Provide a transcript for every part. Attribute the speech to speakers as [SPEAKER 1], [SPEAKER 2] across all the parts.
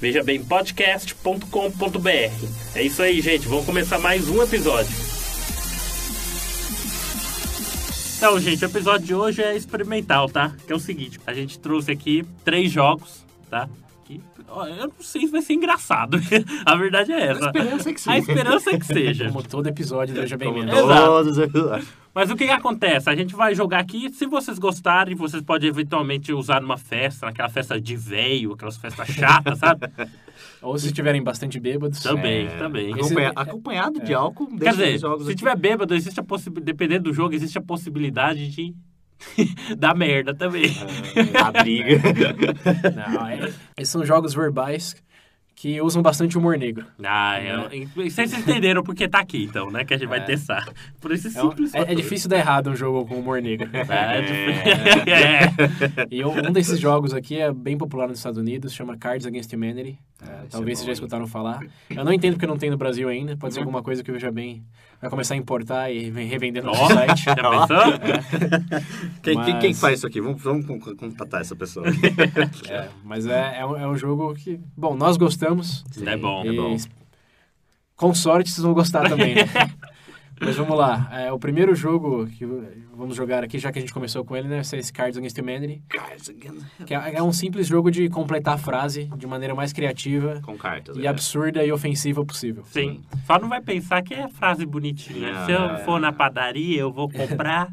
[SPEAKER 1] vejabempodcast.com.br. É isso aí, gente, vamos começar mais um episódio. Então, gente, o episódio de hoje é experimental, tá? Que é o seguinte, a gente trouxe aqui três jogos, tá? Que, ó, eu não sei se vai ser engraçado. a verdade é essa.
[SPEAKER 2] A esperança é que
[SPEAKER 1] A
[SPEAKER 2] seja.
[SPEAKER 1] esperança é que seja.
[SPEAKER 2] Como todo episódio do Veja Bem
[SPEAKER 3] É, Como
[SPEAKER 2] Menos.
[SPEAKER 1] Exato.
[SPEAKER 3] todos os-
[SPEAKER 1] Mas o que, que acontece? A gente vai jogar aqui. Se vocês gostarem, vocês podem eventualmente usar numa festa, naquela festa de véio, aquelas festas chatas, sabe?
[SPEAKER 2] Ou se estiverem bastante bêbados.
[SPEAKER 1] Também,
[SPEAKER 3] É,
[SPEAKER 1] também.
[SPEAKER 3] acompanha- acompanhado
[SPEAKER 2] É.
[SPEAKER 3] de álcool,
[SPEAKER 1] Quer
[SPEAKER 3] deixa
[SPEAKER 1] dizer,
[SPEAKER 3] os jogos
[SPEAKER 1] se
[SPEAKER 3] aqui.
[SPEAKER 1] tiver bêbado, existe a possibilidade, dependendo do jogo, existe a possibilidade de dar merda também.
[SPEAKER 2] É.
[SPEAKER 3] É a briga.
[SPEAKER 2] Não, é- esses são jogos verbais que usam bastante humor negro.
[SPEAKER 1] Ah, eu, vocês entenderam porque tá aqui, então, né? Que a gente vai
[SPEAKER 2] É.
[SPEAKER 1] testar. Por esse
[SPEAKER 2] É, um-
[SPEAKER 1] simples.
[SPEAKER 2] é- é
[SPEAKER 1] fator.
[SPEAKER 2] difícil dar errado um jogo com humor negro.
[SPEAKER 1] Ah, É, difícil. É.
[SPEAKER 2] E um um desses jogos aqui é bem popular nos Estados Unidos, chama Cards Against Humanity.
[SPEAKER 3] Ah, esse
[SPEAKER 2] Talvez vocês
[SPEAKER 3] é bom,
[SPEAKER 2] já
[SPEAKER 3] hein?
[SPEAKER 2] escutaram falar. Eu não entendo porque não tem no Brasil ainda. Pode ser alguma coisa que o Veja Bem vai começar a importar e vem revender no
[SPEAKER 1] Ó,
[SPEAKER 2] nosso site.
[SPEAKER 1] já pensou?
[SPEAKER 3] Quem, quem- quem
[SPEAKER 2] Mas-
[SPEAKER 3] faz isso aqui? Vamos, vamos con- contatar essa pessoa.
[SPEAKER 2] É, mas é, é um, é um jogo que... Bom, nós gostamos.
[SPEAKER 1] É bom.
[SPEAKER 3] É bom.
[SPEAKER 2] E Com sorte, vocês vão gostar também, né? Mas vamos lá. É, o primeiro jogo que vamos jogar aqui, já que a gente começou com ele, né? Esse é esse Cards Against Humanity.
[SPEAKER 3] né? Tá
[SPEAKER 2] Que é, é um simples jogo de completar a frase de maneira mais criativa
[SPEAKER 3] Com cartas.
[SPEAKER 2] e
[SPEAKER 3] né?
[SPEAKER 2] absurda e ofensiva possível.
[SPEAKER 1] Sim. Só não vai pensar que é frase bonitinha. né?
[SPEAKER 3] Não,
[SPEAKER 1] Se eu
[SPEAKER 3] é.
[SPEAKER 1] for na padaria, eu vou comprar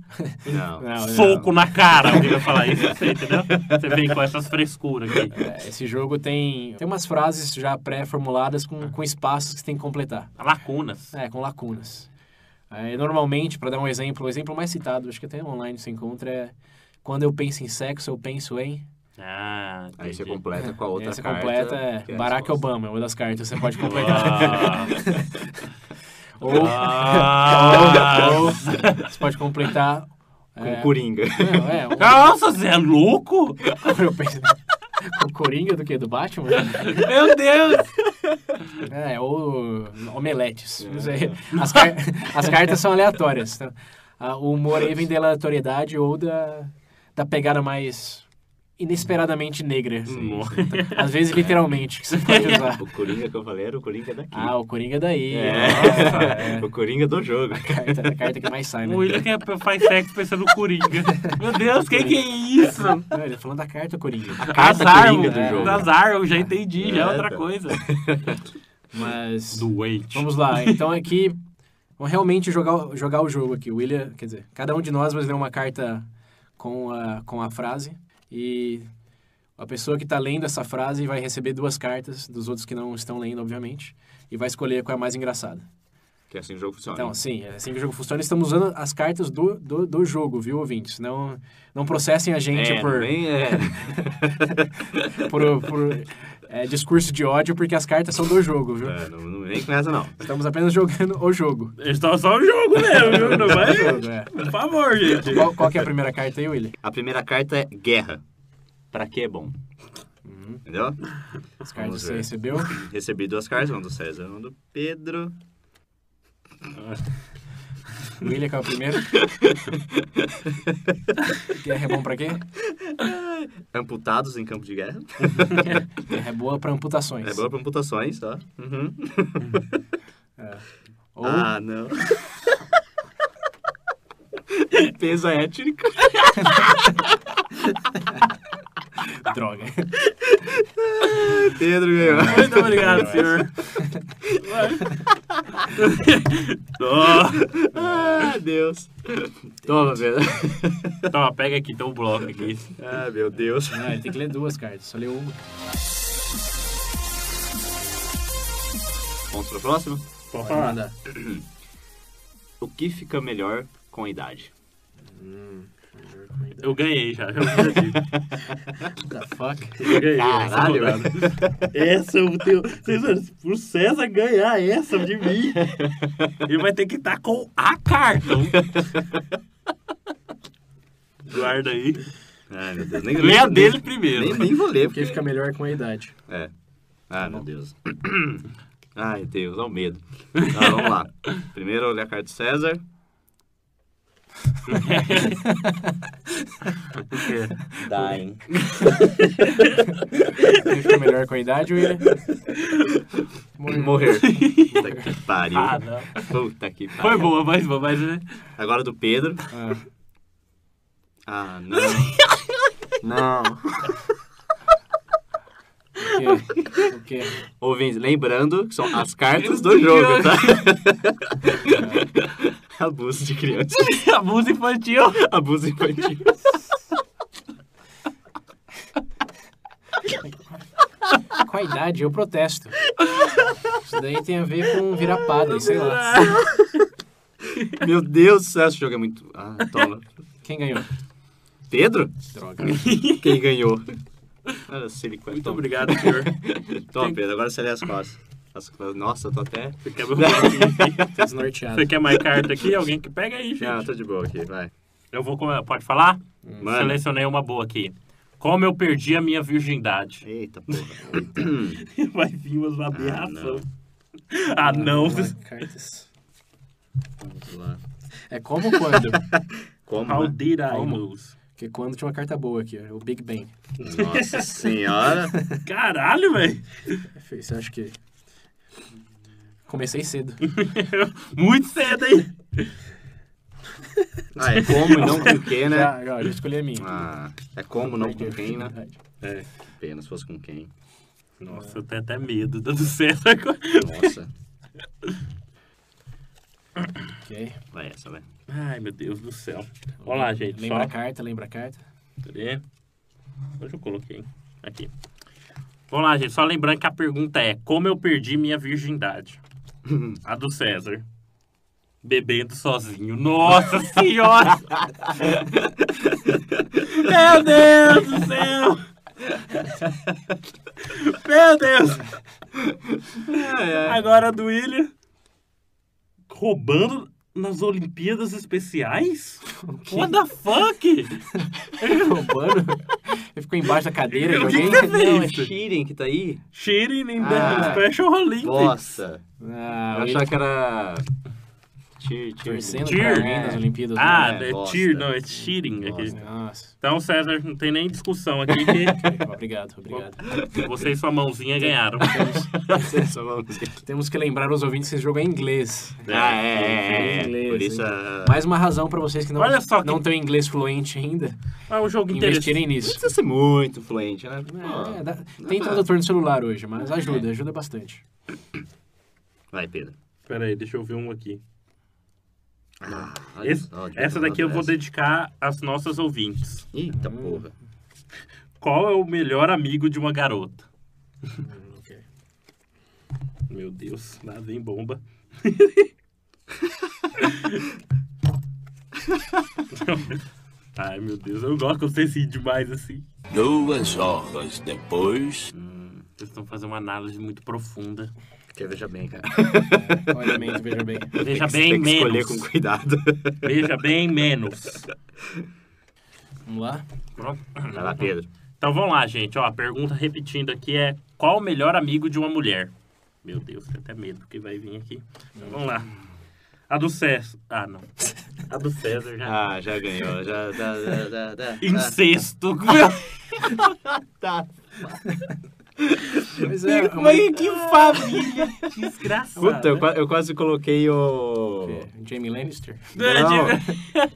[SPEAKER 3] Não.
[SPEAKER 2] Não, é, não.
[SPEAKER 1] soco na cara. Alguém vai falar isso, você entendeu? Você vem com essas frescuras aqui.
[SPEAKER 2] É, esse jogo tem, tem umas frases já pré-formuladas com, com espaços que você tem que completar.
[SPEAKER 1] Lacunas.
[SPEAKER 2] É, com lacunas. É, e normalmente, para dar um exemplo, o exemplo mais citado, acho que até online se encontra, é quando eu penso em sexo, eu penso em...
[SPEAKER 1] Ah,
[SPEAKER 3] Aí você
[SPEAKER 1] entendi.
[SPEAKER 3] completa com a outra
[SPEAKER 2] e aí você
[SPEAKER 3] carta.
[SPEAKER 2] completa é,
[SPEAKER 3] que é a
[SPEAKER 2] Barack
[SPEAKER 3] resposta.
[SPEAKER 2] Obama, é uma das cartas, você pode completar.
[SPEAKER 1] Ah.
[SPEAKER 2] ou,
[SPEAKER 1] Ah.
[SPEAKER 2] ou você pode completar...
[SPEAKER 3] Com
[SPEAKER 2] é,
[SPEAKER 3] Coringa.
[SPEAKER 2] não, é, um-
[SPEAKER 1] Nossa, você é louco?
[SPEAKER 2] eu penso, com Coringa do que? Do Batman?
[SPEAKER 1] Meu Deus!
[SPEAKER 2] É, ou omeletes. não
[SPEAKER 3] É.
[SPEAKER 2] sei. As, car- as cartas são aleatórias. Então, a- o humor aí vem da aleatoriedade ou da, da pegada mais inesperadamente negra. assim, tá? Às vezes, literalmente, que você pode usar.
[SPEAKER 3] O Coringa que eu falei era o Coringa daqui.
[SPEAKER 2] Ah, o Coringa é daí. Nossa,
[SPEAKER 3] é. o Coringa do jogo.
[SPEAKER 2] a carta, a carta que mais sai, né?
[SPEAKER 1] O William que é, faz sexo pensando no Coringa. Meu Deus, que que é isso?
[SPEAKER 2] Não, ele tá falando da carta Coringa. é.
[SPEAKER 3] Carta
[SPEAKER 1] Das
[SPEAKER 3] Coringa
[SPEAKER 1] armas,
[SPEAKER 3] do jogo.
[SPEAKER 1] Das armas, já entendi, já é
[SPEAKER 3] É,
[SPEAKER 1] outra
[SPEAKER 3] então.
[SPEAKER 1] coisa.
[SPEAKER 2] Mas...
[SPEAKER 1] Doente.
[SPEAKER 2] Vamos lá, então aqui vamos realmente jogar, o- jogar o jogo aqui. O William, quer dizer, cada um de nós vai ler uma carta com a, com a frase e a pessoa que está lendo essa frase vai receber duas cartas dos outros que não estão lendo, obviamente, e vai escolher qual é a mais engraçada.
[SPEAKER 3] Que é assim o jogo funciona.
[SPEAKER 2] Então, sim, é assim que o jogo funciona, estamos usando as cartas do, do, do jogo, viu, ouvintes? Não, não processem a gente
[SPEAKER 3] é,
[SPEAKER 2] por,
[SPEAKER 3] também é.
[SPEAKER 2] por, por, é, discurso de ódio, porque as cartas são do jogo, viu?
[SPEAKER 3] É, não, não vem com essa, não.
[SPEAKER 2] Estamos apenas jogando o jogo.
[SPEAKER 1] Eles estão só no jogo mesmo, viu? Não vai?
[SPEAKER 2] O jogo, é.
[SPEAKER 1] Por favor, gente.
[SPEAKER 2] Qual, qual que é a primeira carta aí, William?
[SPEAKER 3] A primeira carta é guerra. Pra que é bom?
[SPEAKER 2] Uhum.
[SPEAKER 3] Entendeu?
[SPEAKER 2] As cartas
[SPEAKER 3] Vamos
[SPEAKER 2] que você
[SPEAKER 3] ver.
[SPEAKER 2] recebeu.
[SPEAKER 3] Recebi duas cartas, uma do César e uma do Pedro.
[SPEAKER 2] William, qual é o primeiro? Guerra é bom pra quê?
[SPEAKER 3] Amputados em campo de guerra.
[SPEAKER 2] Guerra é boa pra amputações.
[SPEAKER 3] É boa pra amputações, tá? Uhum.
[SPEAKER 2] Ou
[SPEAKER 3] Ah, não. Limpeza étnica.
[SPEAKER 2] droga.
[SPEAKER 3] Pedro ganhou.
[SPEAKER 1] Muito obrigado, senhor. Vai.
[SPEAKER 3] Ah, Deus. Toma, Pedro.
[SPEAKER 1] Ó, Toma, pega aqui, tem um bloco aqui.
[SPEAKER 3] Ah, meu Deus.
[SPEAKER 2] Não, ele tem que ler duas cartas, só leu uma.
[SPEAKER 3] Vamos pro próximo?
[SPEAKER 1] Pode
[SPEAKER 3] Ah.
[SPEAKER 2] mandar.
[SPEAKER 3] O que fica melhor com a idade?
[SPEAKER 1] Eu ganhei já, já perdi.
[SPEAKER 2] What the fuck?
[SPEAKER 1] Eu
[SPEAKER 3] é
[SPEAKER 1] ganhei essa
[SPEAKER 3] Caralho,
[SPEAKER 1] rodada. Essa eu tenho. Vocês viram? Pro César ganhar essa de mim, ele vai ter que estar com a carta. Guarda aí.
[SPEAKER 3] Ai, meu Deus. Nem,
[SPEAKER 1] Lê a
[SPEAKER 3] nem-
[SPEAKER 1] dele primeiro.
[SPEAKER 3] Nem, nem vou ler,
[SPEAKER 2] Porque
[SPEAKER 3] porque...
[SPEAKER 2] fica melhor com a idade.
[SPEAKER 3] É. Ah, meu Deus. Ai, Deus, ao medo. Tá, vamos lá. Primeiro eu olhar a carta de César.
[SPEAKER 1] Por quê?
[SPEAKER 3] Dying.
[SPEAKER 2] Porque fica melhor com a idade, William.
[SPEAKER 3] Morrer. Puta que pariu.
[SPEAKER 1] Ah, não.
[SPEAKER 3] Puta que pariu.
[SPEAKER 1] Foi boa, mas boa, mas. né?
[SPEAKER 3] Agora do Pedro.
[SPEAKER 2] Ah,
[SPEAKER 3] Ah, não. não.
[SPEAKER 2] o quê? O quê?
[SPEAKER 3] Ouvintes, lembrando que são as cartas do jogo, tá? Abuso de criança.
[SPEAKER 1] Abuso infantil.
[SPEAKER 3] Abuso infantil.
[SPEAKER 2] Com a idade, eu protesto. Isso daí tem a ver com virar padre, sei lá.
[SPEAKER 3] Meu Deus do céu, esse jogo é muito. Ah, toma.
[SPEAKER 2] Quem ganhou?
[SPEAKER 3] Pedro?
[SPEAKER 2] Droga.
[SPEAKER 3] Quem ganhou? Olha, se ele
[SPEAKER 1] Muito obrigado, senhor.
[SPEAKER 3] Toma, Pedro, agora você lê as costas. As costas- Nossa, eu tô até.
[SPEAKER 1] Você quer, meu aqui?
[SPEAKER 2] Tá desnorteado.
[SPEAKER 1] Você quer mais carta aqui? Alguém que pega aí,
[SPEAKER 3] Não, eu
[SPEAKER 1] gente.
[SPEAKER 3] tô de boa aqui, vai.
[SPEAKER 1] Eu vou. com- Pode falar?
[SPEAKER 3] Mano.
[SPEAKER 1] Selecionei uma boa aqui. Como eu perdi a minha virgindade.
[SPEAKER 3] Eita porra.
[SPEAKER 1] Vai vir umas
[SPEAKER 3] aberração.
[SPEAKER 1] Ah, não.
[SPEAKER 2] Vamos lá, né? cartas.
[SPEAKER 3] Vamos lá.
[SPEAKER 2] É como quando?
[SPEAKER 3] Como?
[SPEAKER 1] How
[SPEAKER 3] né?
[SPEAKER 1] did I
[SPEAKER 2] Como?
[SPEAKER 1] lose?
[SPEAKER 2] Porque quando tinha uma carta boa aqui, ó, o Big Bang.
[SPEAKER 3] Nossa senhora.
[SPEAKER 1] Caralho, velho.
[SPEAKER 2] É Você acha que. Comecei cedo.
[SPEAKER 1] Né, Muito cedo, hein?
[SPEAKER 3] Ah, é como e não com quem, né?
[SPEAKER 2] Já, já, já escolhi a minha.
[SPEAKER 3] Ah, é como, não com quem, né?
[SPEAKER 2] Verdade.
[SPEAKER 3] É. Pena se fosse com quem.
[SPEAKER 1] Nossa, eu tenho até medo do César agora.
[SPEAKER 3] Nossa.
[SPEAKER 2] Ok.
[SPEAKER 3] Vai essa, vai.
[SPEAKER 1] Ai, meu Deus do céu. Olha lá, gente.
[SPEAKER 2] Lembra a
[SPEAKER 1] Só...
[SPEAKER 2] carta, lembra a carta.
[SPEAKER 1] Cadê? Onde eu coloquei? Aqui. Vamos lá, gente. Só lembrando que a pergunta é: Como eu perdi minha virgindade? A do César. Bebendo sozinho. Nossa senhora! Meu Deus do céu! Meu Deus! Agora a do William. Roubando nas Olimpíadas Especiais? What the fuck?
[SPEAKER 2] Roubando. Ele ficou embaixo da cadeira de
[SPEAKER 1] O que
[SPEAKER 2] alguém.
[SPEAKER 1] que você fez?
[SPEAKER 3] Não, é Shiren que tá aí?
[SPEAKER 1] Cheating in
[SPEAKER 3] Ah,
[SPEAKER 1] the Special Olympics.
[SPEAKER 3] Nossa.
[SPEAKER 2] Ah,
[SPEAKER 3] Eu
[SPEAKER 2] ele
[SPEAKER 3] achava que era. Cheer, cheer.
[SPEAKER 2] torcendo
[SPEAKER 1] Cheer.
[SPEAKER 2] pra alguém das Olimpíadas.
[SPEAKER 1] Ah,
[SPEAKER 3] É,
[SPEAKER 1] é,
[SPEAKER 3] bosta.
[SPEAKER 1] cheer, não, é cheating aqui.
[SPEAKER 2] né? Nossa.
[SPEAKER 1] Então, César, não tem nem discussão aqui que
[SPEAKER 2] Obrigado, obrigado.
[SPEAKER 1] você e sua mãozinha ganharam.
[SPEAKER 3] Só vamos ver.
[SPEAKER 2] Temos que lembrar os ouvintes que esse jogo é em inglês.
[SPEAKER 3] Ah, é, é, é.
[SPEAKER 2] Inglês,
[SPEAKER 3] Por isso.
[SPEAKER 2] hein?
[SPEAKER 3] ah,
[SPEAKER 2] Mais uma razão pra vocês que não,
[SPEAKER 1] Olha só que-
[SPEAKER 2] não têm inglês fluente ainda,
[SPEAKER 1] É um jogo interessante.
[SPEAKER 2] investirem
[SPEAKER 3] Não
[SPEAKER 2] nisso.
[SPEAKER 3] precisa é ser muito fluente, né?
[SPEAKER 2] É,
[SPEAKER 3] Pô.
[SPEAKER 2] dá- tem tradutor no celular hoje, mas ajuda, ajuda bastante.
[SPEAKER 3] Vai, Pedro.
[SPEAKER 1] Pera aí, deixa eu ver um aqui.
[SPEAKER 3] Ah, olha
[SPEAKER 1] Esse-
[SPEAKER 3] só, de
[SPEAKER 1] essa daqui eu vou
[SPEAKER 3] essa.
[SPEAKER 1] dedicar às nossas ouvintes.
[SPEAKER 3] Eita porra.
[SPEAKER 1] Qual é o melhor amigo de uma garota?
[SPEAKER 3] Hum,
[SPEAKER 1] Meu Deus, lá vem bomba. Ai, meu Deus, eu gosto quando vocês riem demais assim. Hum,
[SPEAKER 4] Duas horas depois.
[SPEAKER 1] Vocês estão fazendo uma análise muito profunda.
[SPEAKER 3] Quer veja bem, cara.
[SPEAKER 2] Olha bem, veja bem.
[SPEAKER 1] Veja
[SPEAKER 3] Tem que-
[SPEAKER 1] bem
[SPEAKER 3] tem que
[SPEAKER 1] menos.
[SPEAKER 3] escolher com cuidado.
[SPEAKER 1] Veja bem menos.
[SPEAKER 2] Vamos lá?
[SPEAKER 1] Pronto.
[SPEAKER 3] Vai lá, Pedro.
[SPEAKER 1] Então vamos lá, gente. Ó, a pergunta repetindo aqui é qual o melhor amigo de uma mulher? Meu Deus, tenho até medo do que vai vir aqui. Então, vamos lá. A do César. Ah, não. A do César
[SPEAKER 2] É.
[SPEAKER 1] já.
[SPEAKER 3] Ah, já ganhou. Já, já, já, já, já.
[SPEAKER 1] Incesto.
[SPEAKER 3] Tá.
[SPEAKER 2] Mas é, uma-
[SPEAKER 1] que família desgraçada.
[SPEAKER 3] Puta, eu, qua- eu quase coloquei o.
[SPEAKER 2] é, Jamie Lannister.
[SPEAKER 3] Não,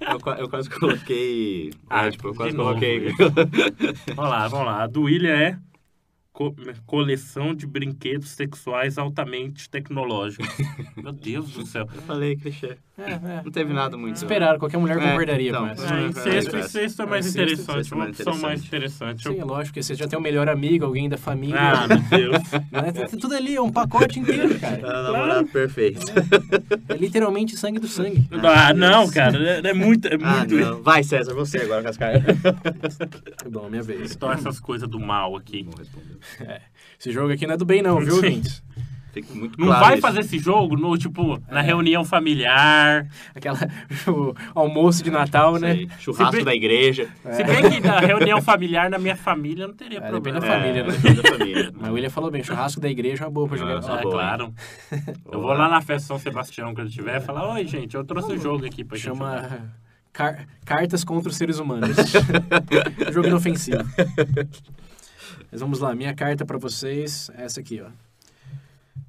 [SPEAKER 3] eu, qua- eu quase coloquei.
[SPEAKER 1] Ah,
[SPEAKER 3] Ah, tipo, eu quase
[SPEAKER 1] de novo
[SPEAKER 3] coloquei.
[SPEAKER 1] Vamos lá, vamos lá. A do William é co- coleção de brinquedos sexuais altamente tecnológicos. Meu Deus do céu.
[SPEAKER 3] Eu falei clichê.
[SPEAKER 2] É, é.
[SPEAKER 3] Não teve nada muito.
[SPEAKER 2] Esperar, qualquer mulher
[SPEAKER 3] É,
[SPEAKER 2] concordaria
[SPEAKER 3] então,
[SPEAKER 2] com essa.
[SPEAKER 1] É, em sexto, em
[SPEAKER 3] parece.
[SPEAKER 1] sexto é mais
[SPEAKER 2] Em sexto,
[SPEAKER 1] interessante.
[SPEAKER 3] sexto é
[SPEAKER 1] Uma
[SPEAKER 3] mais
[SPEAKER 1] opção mais interessante.
[SPEAKER 2] Sim, é lógico, porque você já tem o melhor amigo, alguém da família.
[SPEAKER 1] Ah, meu Deus.
[SPEAKER 2] né? Tem tudo ali, é um pacote inteiro, cara.
[SPEAKER 3] Era Ah, namorado perfeito.
[SPEAKER 2] É literalmente sangue do sangue.
[SPEAKER 1] Ah, não, cara. É, é muito. É
[SPEAKER 3] Ah,
[SPEAKER 1] muito
[SPEAKER 3] não. Vai, César, você agora, Cascaia.
[SPEAKER 2] Bom, minha vez.
[SPEAKER 1] Então, essas coisas do mal aqui.
[SPEAKER 2] Esse jogo aqui não é do bem, não, viu,
[SPEAKER 1] Sim.
[SPEAKER 2] ouvintes?
[SPEAKER 3] Fica muito
[SPEAKER 1] Não
[SPEAKER 3] claro
[SPEAKER 1] vai
[SPEAKER 3] isso.
[SPEAKER 1] fazer esse jogo no, tipo,
[SPEAKER 2] É.
[SPEAKER 1] na reunião familiar.
[SPEAKER 2] Aquela. O almoço de Natal, né?
[SPEAKER 3] Sei, Churrasco
[SPEAKER 1] Se bem-
[SPEAKER 3] da igreja.
[SPEAKER 1] Se bem que na reunião familiar, na minha família, não teria
[SPEAKER 2] É,
[SPEAKER 1] problema.
[SPEAKER 2] depende da família, né?
[SPEAKER 3] depende da família.
[SPEAKER 2] Mas o William falou bem, churrasco da igreja é uma boa pra jogar.
[SPEAKER 3] Ah,
[SPEAKER 1] É,
[SPEAKER 3] Tá bom.
[SPEAKER 1] claro. Eu vou lá na festa São Sebastião quando tiver e falar, oi gente, eu trouxe o jogo aqui pra gente jogar."
[SPEAKER 2] Chama eh, Car- Cartas contra os Seres Humanos. Jogo inofensivo. Mas vamos lá, minha carta pra vocês é essa aqui, ó.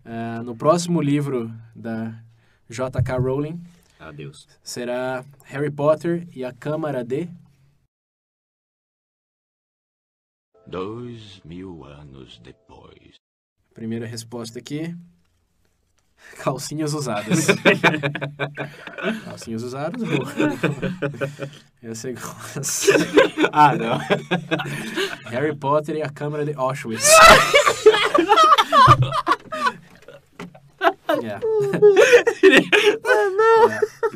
[SPEAKER 2] Ah, no próximo livro da J.K. Rowling
[SPEAKER 3] Adeus.
[SPEAKER 2] será Harry Potter e a Câmara de.
[SPEAKER 4] Dois mil anos depois.
[SPEAKER 2] Primeira resposta aqui. Calcinhas usadas. Calcinhas usadas, boa. E a segunda.
[SPEAKER 3] Ah, não.
[SPEAKER 2] Harry Potter e a Câmara de Auschwitz. yeah. Yeah.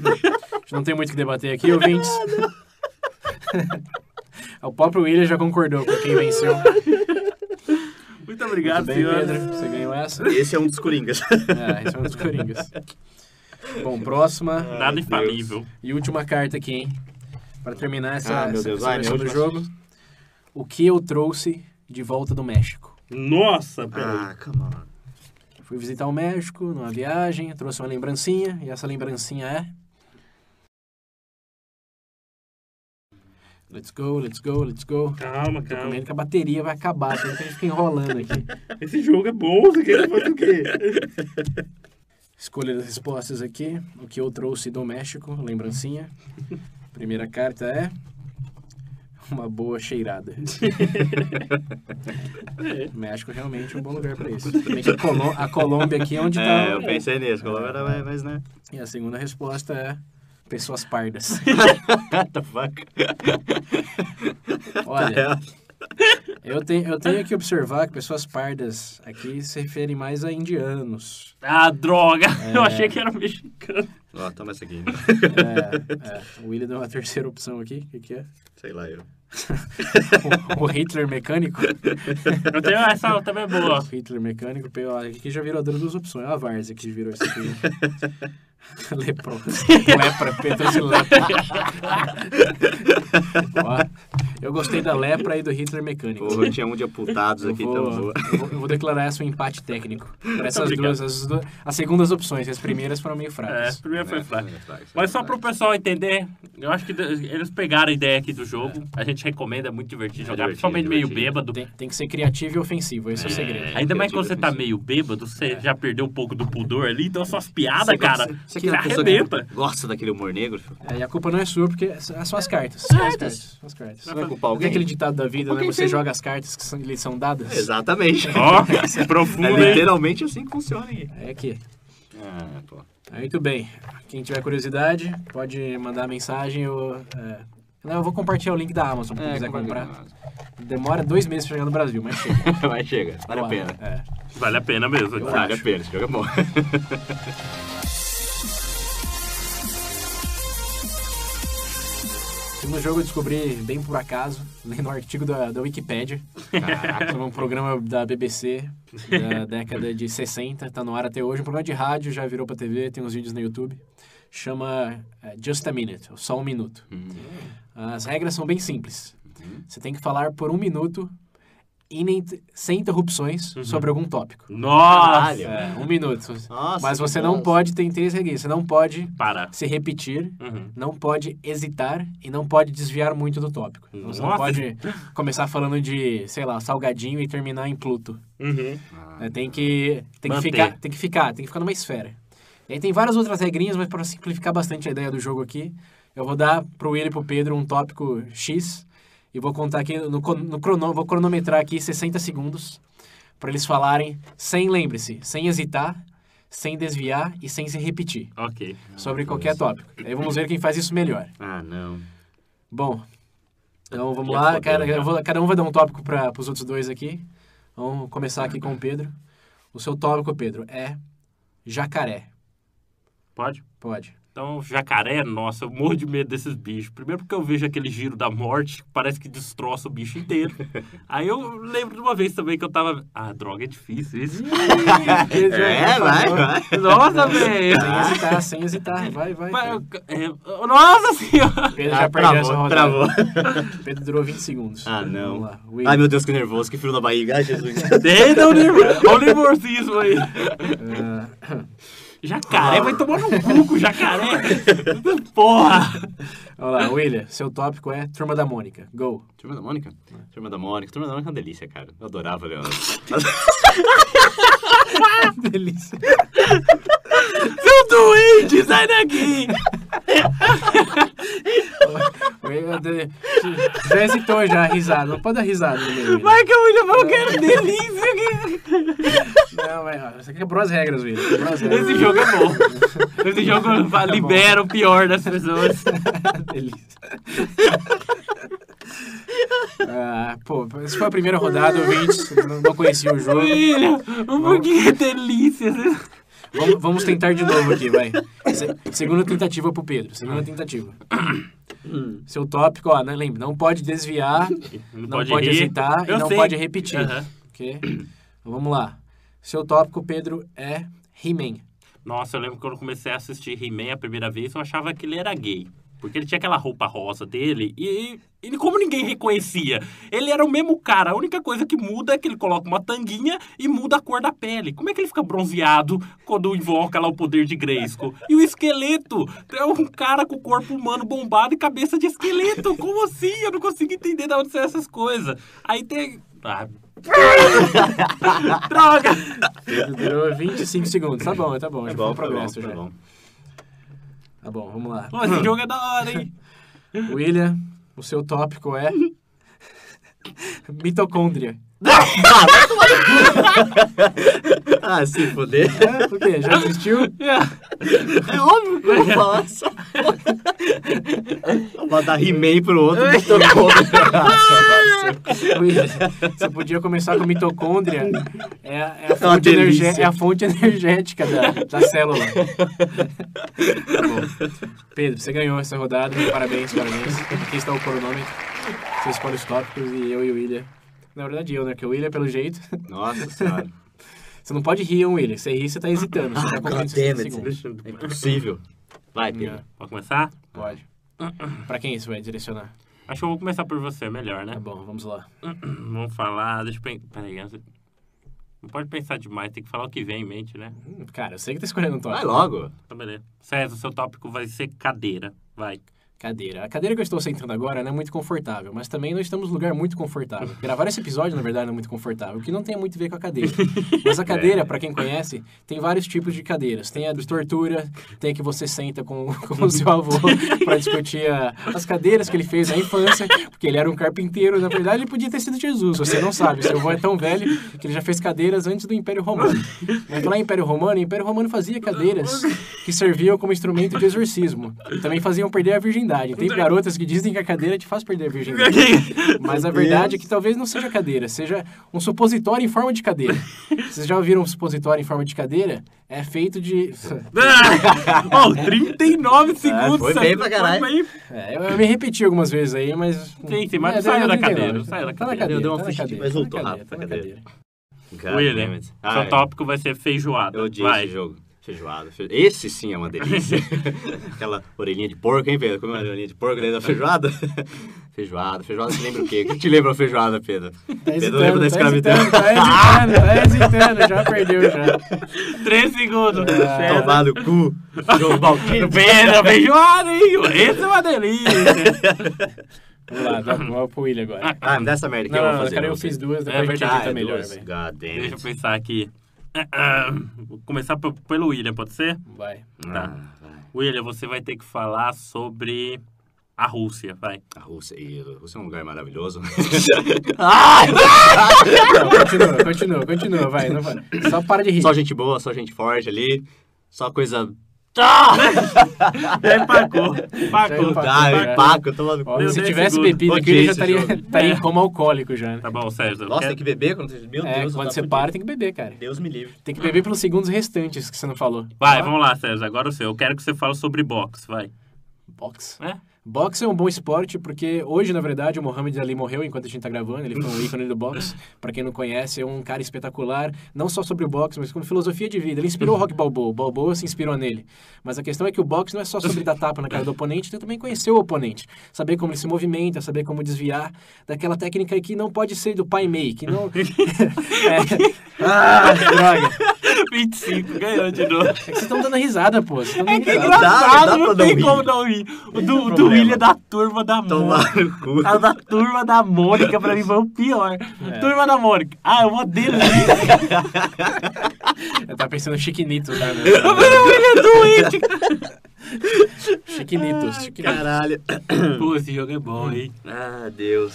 [SPEAKER 2] A gente não tem muito o que debater aqui, ouvintes. o próprio William já concordou com quem venceu.
[SPEAKER 1] Muito obrigado,
[SPEAKER 2] Tudo bem,
[SPEAKER 1] senhor.
[SPEAKER 2] Pedro? Você ganhou essa?
[SPEAKER 3] Esse é um dos Coringas.
[SPEAKER 2] É, esse é um dos Coringas. Bom, próxima
[SPEAKER 1] Nada
[SPEAKER 3] Ai,
[SPEAKER 1] infalível.
[SPEAKER 2] e última carta aqui, hein? Pra terminar essa,
[SPEAKER 3] Ah, meu
[SPEAKER 2] essa
[SPEAKER 3] Deus, vai,
[SPEAKER 2] versão do
[SPEAKER 3] minha
[SPEAKER 2] jogo.
[SPEAKER 3] última.
[SPEAKER 2] O que eu trouxe de volta do México?
[SPEAKER 1] Nossa, peraí.
[SPEAKER 3] Ah, come on.
[SPEAKER 2] Fui visitar o México numa viagem, trouxe uma lembrancinha, e essa lembrancinha é. Let's go, let's go, let's go.
[SPEAKER 1] Calma,
[SPEAKER 2] Tô com
[SPEAKER 1] calma.
[SPEAKER 2] medo que a bateria vai acabar, tem que a gente fica enrolando aqui.
[SPEAKER 1] Esse jogo é bom, você quer fazer o quê?
[SPEAKER 2] Escolha das respostas aqui. O que eu trouxe do México, lembrancinha. Primeira carta é. Uma boa cheirada. O México realmente é um bom lugar pra isso. Também que a, Colô- a Colômbia aqui é onde tá.
[SPEAKER 3] É, eu pensei nisso. Colômbia era mais, mas né?
[SPEAKER 2] E a segunda resposta é pessoas pardas.
[SPEAKER 3] What the fuck?
[SPEAKER 2] Olha, eu tenho, eu tenho que observar que pessoas pardas aqui se referem mais a indianos.
[SPEAKER 1] Ah, droga! Eu achei que era mexicano.
[SPEAKER 3] Ó, toma essa aqui.
[SPEAKER 2] É, é, o William deu uma terceira opção aqui. O que, que é?
[SPEAKER 3] Sei lá, eu.
[SPEAKER 2] O, o Hitler mecânico.
[SPEAKER 1] Eu tenho essa também é
[SPEAKER 2] O
[SPEAKER 1] boa.
[SPEAKER 2] Hitler mecânico. pegou- ó, Aqui já virou duas opções. Olha a Várzea que virou isso aqui. Leprosa. Lepra, Pedro de lepra. Ó, eu gostei da lepra e do Hitler mecânico.
[SPEAKER 3] Porra, eu tinha um de amputados
[SPEAKER 2] Eu
[SPEAKER 3] aqui,
[SPEAKER 2] vou,
[SPEAKER 3] então vou.
[SPEAKER 2] eu vou- eu vou declarar essa um empate técnico. Para essas
[SPEAKER 1] Obrigado.
[SPEAKER 2] duas, as, duas- as segundas opções, as primeiras foram meio
[SPEAKER 1] É,
[SPEAKER 2] fracas.
[SPEAKER 1] primeiro foi fraco.
[SPEAKER 3] É, fraco,
[SPEAKER 1] Mas só pro
[SPEAKER 3] fraco.
[SPEAKER 1] pessoal entender, eu acho que de- eles pegaram a ideia aqui do jogo. A gente recomenda, é muito divertido jogar,
[SPEAKER 3] divertido,
[SPEAKER 1] principalmente meio
[SPEAKER 3] divertido.
[SPEAKER 1] bêbado.
[SPEAKER 2] Tem, tem que ser criativo e ofensivo, esse é, o segredo.
[SPEAKER 1] Ainda mais
[SPEAKER 3] criativo
[SPEAKER 1] quando você tá
[SPEAKER 3] ofensivo.
[SPEAKER 1] meio bêbado, você já perdeu um pouco do pudor ali, então suas piadas,
[SPEAKER 3] Você-
[SPEAKER 1] cara,
[SPEAKER 3] você- você
[SPEAKER 1] que
[SPEAKER 3] é aquela pessoa
[SPEAKER 1] arrebenta.
[SPEAKER 3] que gosta daquele humor negro? filho?
[SPEAKER 2] É, e a culpa não é sua, porque são são as cartas. São as cartas. São as cartas.
[SPEAKER 3] Você vai culpar
[SPEAKER 2] Não tem
[SPEAKER 3] alguém?
[SPEAKER 2] aquele ditado da vida, né?
[SPEAKER 3] Alguém
[SPEAKER 2] Você
[SPEAKER 3] tem-
[SPEAKER 2] joga as cartas que são, lhe são dadas.
[SPEAKER 3] Exatamente.
[SPEAKER 1] Ó,
[SPEAKER 3] É
[SPEAKER 1] profundo, hein?
[SPEAKER 3] literalmente assim que funciona aí.
[SPEAKER 2] É aqui.
[SPEAKER 3] Ah, pô.
[SPEAKER 2] Aí, Muito bem. Quem tiver curiosidade, pode mandar mensagem. Eu, é... Não, eu vou compartilhar o link da Amazon
[SPEAKER 3] É,
[SPEAKER 2] pra quem quiser É, comprar. Demora dois meses pra chegar no Brasil, mas chega.
[SPEAKER 3] Mas chega, vale a
[SPEAKER 2] Vamos lá.
[SPEAKER 3] pena.
[SPEAKER 2] É.
[SPEAKER 1] Vale a pena mesmo.
[SPEAKER 2] Eu
[SPEAKER 3] Vale a
[SPEAKER 2] acho.
[SPEAKER 3] pena, esse jogo é bom.
[SPEAKER 2] No jogo eu descobri bem por acaso, lendo um artigo da, da Wikipédia, sobre um programa da BBC da década de 60, tá no ar até hoje, um programa de rádio, já virou pra TV, tem uns vídeos no YouTube, chama eh, Just a Minute, ou Só Um Minuto.
[SPEAKER 3] Hum.
[SPEAKER 2] As regras são bem simples.
[SPEAKER 3] Uhum.
[SPEAKER 2] Você tem que falar por um minuto, ininter- sem interrupções, sobre algum tópico.
[SPEAKER 1] Nossa!
[SPEAKER 3] Caralho.
[SPEAKER 2] É, um minuto.
[SPEAKER 3] Uhum. Nossa,
[SPEAKER 2] Mas
[SPEAKER 3] que
[SPEAKER 2] você
[SPEAKER 3] bom.
[SPEAKER 2] não pode, tem três regras, você não pode
[SPEAKER 1] Para.
[SPEAKER 2] se repetir,
[SPEAKER 1] Uhum.
[SPEAKER 2] não pode hesitar e não pode desviar muito do tópico. Então, você não
[SPEAKER 1] Nossa.
[SPEAKER 2] pode começar falando de, sei lá, salgadinho e terminar em Pluto.
[SPEAKER 1] Uhum.
[SPEAKER 2] É, Tem que tem que
[SPEAKER 1] Manter.
[SPEAKER 2] ficar, tem que ficar, tem que ficar numa esfera. E aí tem várias outras regrinhas, mas para simplificar bastante a ideia do jogo aqui, eu vou dar pro Will e pro Pedro um tópico X e vou contar aqui no, con- no crono, vou cronometrar aqui 60 segundos. para eles falarem sem, lembre-se, sem hesitar, sem desviar e sem se repetir
[SPEAKER 1] Ok.
[SPEAKER 2] sobre qualquer tópico. Aí vamos ver quem faz isso melhor.
[SPEAKER 3] Ah, não.
[SPEAKER 2] Bom, então vamos
[SPEAKER 3] Ia
[SPEAKER 2] lá.
[SPEAKER 3] foder,
[SPEAKER 2] Cada,
[SPEAKER 3] né?
[SPEAKER 2] eu vou- cada um vai dar um tópico para os outros dois aqui. Vamos começar aqui com o Pedro. O seu tópico, Pedro, é jacaré.
[SPEAKER 1] Pode?
[SPEAKER 2] Pode.
[SPEAKER 1] Então, jacaré, nossa, eu morro de medo desses bichos. Primeiro porque eu vejo aquele giro da morte, que parece que destroça o bicho inteiro. Aí eu lembro de uma vez também que eu tava... Ah, droga, é difícil isso.
[SPEAKER 3] É, vai, vai.
[SPEAKER 1] nossa, velho!
[SPEAKER 2] Sem hesitar, sem hesitar. Vai, vai.
[SPEAKER 1] Mas
[SPEAKER 2] Pedro.
[SPEAKER 1] eu- é, nossa senhora!
[SPEAKER 2] Pedro
[SPEAKER 3] Ah,
[SPEAKER 2] já perdeu essa
[SPEAKER 3] travou,
[SPEAKER 2] rodada.
[SPEAKER 3] travou.
[SPEAKER 2] Pedro durou 20 segundos.
[SPEAKER 3] Ah, não.
[SPEAKER 2] Vamos lá. Will.
[SPEAKER 3] Ai, meu Deus, que nervoso, que frio na barriga. Ai, Jesus.
[SPEAKER 1] Deita o nervo- Olha o nervosismo aí.
[SPEAKER 2] Ah,
[SPEAKER 1] Jacaré, vai tomar no cu com o jacaré. Porra.
[SPEAKER 2] olha lá, William, seu tópico é Turma da Mônica. Go.
[SPEAKER 3] Turma da Mônica? Turma da Mônica. Turma da Mônica é uma delícia, cara. Eu adorava, Leandro.
[SPEAKER 2] Delícia.
[SPEAKER 1] Seu doente, sai daqui.
[SPEAKER 2] Will, de- Já hesitou já, risada. Não pode dar risada. né, Will?
[SPEAKER 1] Vai que eu vou levar o cara delícia.
[SPEAKER 2] Não, vai. ó, Você quebrou as regras, Will. Quebrou as regras.
[SPEAKER 1] Esse jogo é bom. Esse jogo
[SPEAKER 2] É
[SPEAKER 1] libera o pior das pessoas.
[SPEAKER 2] Delícia. Ah, pô, essa foi a primeira rodada, ouvintes. Não, não conhecia o jogo.
[SPEAKER 1] Filho, por que um delícia?
[SPEAKER 2] Vamos, vamos tentar de novo aqui, vai. Se- segunda tentativa pro Pedro. Segunda tentativa. Seu tópico, ó, né, lembra, não pode desviar, não pode,
[SPEAKER 1] rir.
[SPEAKER 2] hesitar
[SPEAKER 1] Eu
[SPEAKER 2] e não
[SPEAKER 1] sei.
[SPEAKER 2] pode repetir.
[SPEAKER 1] Aham.
[SPEAKER 2] Ok? Então, vamos lá. Seu tópico, Pedro, é He-Man.
[SPEAKER 1] Nossa, eu lembro que quando eu comecei a assistir He-Man a primeira vez, eu achava que ele era gay. Porque ele tinha aquela roupa rosa dele e, e, e como ninguém reconhecia, ele era o mesmo cara. A única coisa que muda é que ele coloca uma tanguinha e muda a cor da pele. Como é que ele fica bronzeado quando invoca lá o poder de Grayskull? E o esqueleto é um cara com o corpo humano bombado e cabeça de esqueleto. Como assim? Eu não consigo entender de onde são essas coisas. Aí tem... Ah. Droga!
[SPEAKER 2] Pedro durou 25 segundos. Tá bom, tá bom. Já foi um progresso já. Tá bom, vamos lá.
[SPEAKER 1] Pô, esse jogo é da hora, hein?
[SPEAKER 2] William, o seu tópico é mitocôndria.
[SPEAKER 3] Ah, se fuder.
[SPEAKER 2] É, por quê? Já assistiu?
[SPEAKER 3] É óbvio que eu vou falar essa porra. Vou dar He-Man pro outro. me tocou.
[SPEAKER 2] William, você podia começar com mitocôndria. É, a- é a,
[SPEAKER 3] uma
[SPEAKER 2] fonte energe-
[SPEAKER 3] delícia.
[SPEAKER 2] é a fonte energética da, da célula. Tá bom. Pedro, você ganhou essa rodada. Parabéns, parabéns. Aqui está o cronômetro. Você escolhe os tópicos e eu e o William. Na verdade, eu, né? Porque o William, pelo jeito.
[SPEAKER 3] Nossa senhora.
[SPEAKER 2] Você não pode rir, hein, William. Você ri, você tá hesitando. Você tá com 20 segundos.
[SPEAKER 3] É impossível. Vai, Pedro.
[SPEAKER 1] Pode começar?
[SPEAKER 2] Pode. Pra quem isso vai direcionar?
[SPEAKER 1] Acho que eu vou começar por você, melhor,
[SPEAKER 2] Tá
[SPEAKER 1] né?
[SPEAKER 2] bom, vamos lá.
[SPEAKER 1] Vamos falar, deixa eu pensar. Peraí, antes- não pode pensar demais, tem que falar o que vem em mente, né?
[SPEAKER 2] Hum, Cara, eu sei que tá escolhendo um
[SPEAKER 3] Vai
[SPEAKER 2] tópico.
[SPEAKER 3] logo.
[SPEAKER 1] Então, beleza. César, seu tópico vai ser cadeira. Vai.
[SPEAKER 2] Cadeira. A cadeira que eu estou sentando agora não é muito confortável, mas também não estamos num lugar muito confortável. Gravar esse episódio, na verdade, não é muito confortável, o que não tem muito a ver com a cadeira. Mas a cadeira, pra quem conhece, tem vários tipos de cadeiras. Tem a de tortura, tem a que você senta com, com o seu avô pra discutir a- as cadeiras que ele fez na infância, porque ele era um carpinteiro. Na verdade, ele podia ter sido Jesus, você não sabe. Seu avô é tão velho que ele já fez cadeiras antes do Império Romano. Mas lá em Império Romano, o Império Romano fazia cadeiras que serviam como instrumento de exorcismo. Também faziam perder a virgindade. Tem garotas que dizem que a cadeira te faz perder a virgindade. Mas a verdade é que talvez não seja cadeira, seja um supositório em forma de cadeira. Vocês já ouviram um supositório em forma de cadeira? É feito de.
[SPEAKER 1] oh, 39 segundos.
[SPEAKER 3] Ah, foi
[SPEAKER 1] César,
[SPEAKER 3] bem pra caralho.
[SPEAKER 1] Foi bem...
[SPEAKER 2] É, eu, eu me repeti algumas vezes aí, mas.
[SPEAKER 1] Sim, sim, mas não
[SPEAKER 2] É,
[SPEAKER 1] saiu
[SPEAKER 2] deu
[SPEAKER 1] da
[SPEAKER 2] 39.
[SPEAKER 1] cadeira, não saiu da
[SPEAKER 2] Tá na
[SPEAKER 1] cadeira.
[SPEAKER 2] cadeira.
[SPEAKER 3] Eu dei
[SPEAKER 2] tá
[SPEAKER 3] uma
[SPEAKER 2] na
[SPEAKER 3] fugidinha,
[SPEAKER 2] cadeira,
[SPEAKER 3] mas
[SPEAKER 2] tá na
[SPEAKER 3] voltou
[SPEAKER 2] cadeira,
[SPEAKER 3] rápido
[SPEAKER 2] tá
[SPEAKER 3] pra
[SPEAKER 2] na
[SPEAKER 3] cadeira. God damn
[SPEAKER 1] William,
[SPEAKER 3] it.
[SPEAKER 1] seu
[SPEAKER 3] Ai,
[SPEAKER 1] tópico vai ser feijoada.
[SPEAKER 3] Ah, é. Eu odiei
[SPEAKER 1] vai.
[SPEAKER 3] esse jogo. Feijoada. fe- Esse sim é uma delícia. Aquela orelhinha de porco, hein, Pedro? Como é a orelhinha de porco dentro da feijoada? feijoada. Feijoada te lembra o quê? O que te lembra a feijoada, Pedro?
[SPEAKER 2] Tá
[SPEAKER 3] Pedro lembra então?
[SPEAKER 2] hesitando,
[SPEAKER 3] da
[SPEAKER 2] tá
[SPEAKER 3] escravidão.
[SPEAKER 2] hesitando, tá hesitando, tá hesitando, já perdeu já.
[SPEAKER 1] 3 segundos.
[SPEAKER 2] tá
[SPEAKER 1] César,
[SPEAKER 3] Tomar no cu. um Jogo balquinho.
[SPEAKER 1] Pedro, feijoada, hein? Esse é uma delícia.
[SPEAKER 2] Vamos lá, dá uma pro William agora.
[SPEAKER 3] Ah, me dá essa merda que
[SPEAKER 2] Não,
[SPEAKER 3] eu vou
[SPEAKER 2] não,
[SPEAKER 3] fazer.
[SPEAKER 2] cara, eu
[SPEAKER 3] não sei.
[SPEAKER 2] fiz duas, né? depois a gente
[SPEAKER 1] verdade,
[SPEAKER 2] edita
[SPEAKER 3] é
[SPEAKER 2] melhor,
[SPEAKER 3] duas.
[SPEAKER 2] velho.
[SPEAKER 3] God damn
[SPEAKER 1] Deixa eu
[SPEAKER 3] it.
[SPEAKER 1] pensar aqui. Ah, ah, Vou começar pe- pelo William, pode ser?
[SPEAKER 2] Vai.
[SPEAKER 1] Tá.
[SPEAKER 3] Ah, vai.
[SPEAKER 1] William, você vai ter que falar sobre A Rússia, vai.
[SPEAKER 3] A Rússia, e a Rússia é um lugar maravilhoso.
[SPEAKER 2] Não, continua, continua, continua, vai. Não vai. Só para de rir.
[SPEAKER 3] só gente boa, só gente forte ali. Só coisa. Ah! é um
[SPEAKER 1] Já empacou. Empacou.
[SPEAKER 2] empacou.
[SPEAKER 3] Dá,
[SPEAKER 2] cara.
[SPEAKER 3] empaca, toma no cu.
[SPEAKER 2] Ó,
[SPEAKER 1] Meu
[SPEAKER 2] se
[SPEAKER 1] Deus,
[SPEAKER 2] tivesse
[SPEAKER 1] seguro.
[SPEAKER 2] bebido
[SPEAKER 3] Ok,
[SPEAKER 2] aqui, ele já
[SPEAKER 3] esse
[SPEAKER 2] estaria,
[SPEAKER 3] jogo.
[SPEAKER 2] estaria em coma alcoólico já. né?
[SPEAKER 1] Tá bom, Sérgio.
[SPEAKER 3] Nossa,
[SPEAKER 1] quer-
[SPEAKER 3] tem que beber quando você. Meu
[SPEAKER 2] É,
[SPEAKER 3] Deus,
[SPEAKER 2] quando
[SPEAKER 3] eu tava
[SPEAKER 2] você
[SPEAKER 3] fudido.
[SPEAKER 2] para, tem que beber, cara.
[SPEAKER 3] Deus me livre.
[SPEAKER 2] Tem que beber pelos segundos restantes que você não falou.
[SPEAKER 1] Vai, vamos lá, Sérgio. Agora o seu. Eu quero que você fale sobre boxe, vai.
[SPEAKER 2] Box.
[SPEAKER 1] É?
[SPEAKER 2] Boxe é um bom esporte porque hoje, na verdade, o Mohamed Ali morreu enquanto a gente tá gravando. Ele foi um ícone do boxe. Pra quem não conhece, é um cara espetacular, não só sobre o boxe, mas como filosofia de vida. Ele inspirou o Rock Balboa. O Balboa se inspirou nele. Mas a questão é que o boxe não é só sobre dar tapa na cara do oponente, tem também conhecer o oponente. Saber como ele se movimenta, saber como desviar daquela técnica que não pode ser do pai meio, que não... é. Ah, droga.
[SPEAKER 1] 25, ganhou de novo.
[SPEAKER 2] É que vocês estão dando risada, pô. Vocês estão dando
[SPEAKER 1] É
[SPEAKER 2] risada.
[SPEAKER 3] Não dá,
[SPEAKER 1] engraçado,
[SPEAKER 3] não dá
[SPEAKER 1] não,
[SPEAKER 3] pra não
[SPEAKER 1] tem
[SPEAKER 3] rir.
[SPEAKER 1] como não rir. O
[SPEAKER 3] Esse
[SPEAKER 1] do,
[SPEAKER 3] é o
[SPEAKER 1] o do
[SPEAKER 3] problema.
[SPEAKER 1] William é da turma da Mônica.
[SPEAKER 3] Tomar no cu.
[SPEAKER 2] Tá
[SPEAKER 1] A da turma da Mônica, pra mim, foi o pior.
[SPEAKER 3] É.
[SPEAKER 1] Turma da Mônica. Ah, eu odeio isso.
[SPEAKER 2] Eu tava pensando em chiquinitos, tá? né?
[SPEAKER 1] O William é doente.
[SPEAKER 2] Chiquinitos. chiquinitos.
[SPEAKER 3] Caralho.
[SPEAKER 1] Pô, esse jogo é bom, hein?
[SPEAKER 3] Ah, Deus.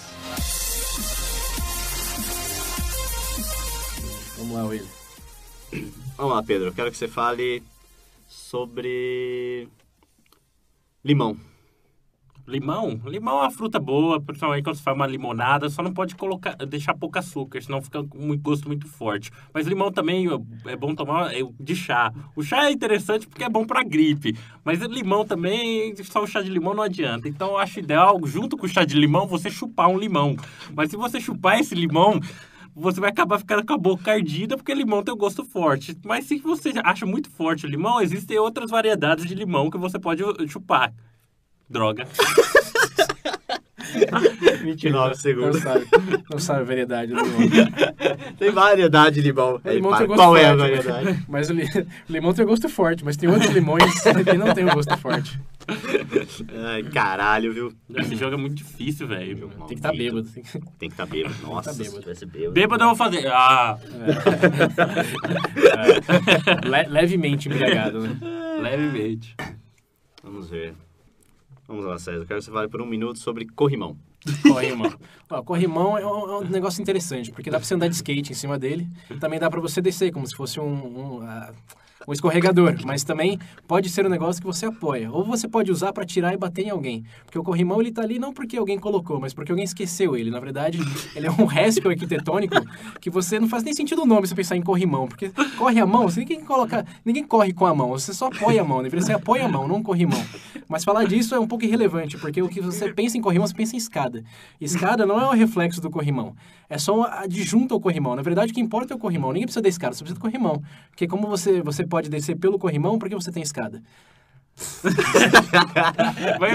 [SPEAKER 2] Vamos lá, Will.
[SPEAKER 3] Vamos lá, Pedro. Eu quero que você fale sobre. Limão.
[SPEAKER 1] Limão? Limão é uma fruta boa, principalmente quando você faz uma limonada, só não pode colocar, deixar pouco açúcar, senão fica com um gosto muito forte. Mas limão também é bom tomar é, de chá. O chá é interessante porque é bom pra gripe, mas limão também, só o chá de limão não adianta. Então eu acho ideal, junto com o chá de limão, você chupar um limão. Mas se você chupar esse limão, você vai acabar ficando com a boca ardida, porque limão tem um gosto forte. Mas se você acha muito forte o limão, existem outras variedades de limão que você pode uh, chupar. Droga.
[SPEAKER 3] Nove
[SPEAKER 2] Não
[SPEAKER 3] segundos.
[SPEAKER 2] sabe. Não sabe a variedade do limão.
[SPEAKER 3] Tem variedade de limão.
[SPEAKER 2] O
[SPEAKER 3] Aí,
[SPEAKER 2] limão
[SPEAKER 3] para,
[SPEAKER 2] tem um gosto
[SPEAKER 3] Qual
[SPEAKER 2] forte. né?"
[SPEAKER 3] é a variedade?
[SPEAKER 2] Mas o, li- o limão tem gosto forte, mas tem outros limões que não tem um gosto forte.
[SPEAKER 3] Ai, caralho, viu?
[SPEAKER 1] Esse jogo é muito difícil, velho.
[SPEAKER 3] Jogo
[SPEAKER 2] Tem que estar tá
[SPEAKER 3] maldito.
[SPEAKER 2] bêbado. tem que-
[SPEAKER 3] Tem que estar tá bêbado. Nossa,
[SPEAKER 2] bêbado.
[SPEAKER 3] se tivesse bêbado.
[SPEAKER 1] Bêbado eu vou fazer. Ah,
[SPEAKER 3] É.
[SPEAKER 2] Le- levemente embriagado, né?
[SPEAKER 1] levemente.
[SPEAKER 3] Vamos ver. Vamos lá, César. Eu quero que você fale por um minuto sobre corrimão.
[SPEAKER 2] Corrimão. Ó, corrimão é um, é um negócio interessante, porque dá pra você andar de skate em cima dele. Também dá pra você descer, como se fosse um... um, ah, um escorregador, mas também pode ser um negócio que você apoia. Ou você pode usar pra tirar e bater em alguém. Porque o corrimão ele tá ali não porque alguém colocou, mas porque alguém esqueceu ele. Na verdade, ele é um resto arquitetônico que você não faz nem sentido o nome você pensar em corrimão. Porque corre a mão, você ninguém coloca. Ninguém corre com a mão, você só apoia a mão. Deveria ser apoia a mão, não corrimão. Mas falar disso é um pouco irrelevante, porque o que você pensa em corrimão, você pensa em escada. Escada não é o reflexo do corrimão. É só um adjunto ao corrimão. Na verdade, o que importa é o corrimão. Ninguém precisa da escada, só precisa do corrimão. Porque como você, você pode descer pelo corrimão, porque você tem escada.
[SPEAKER 1] Foi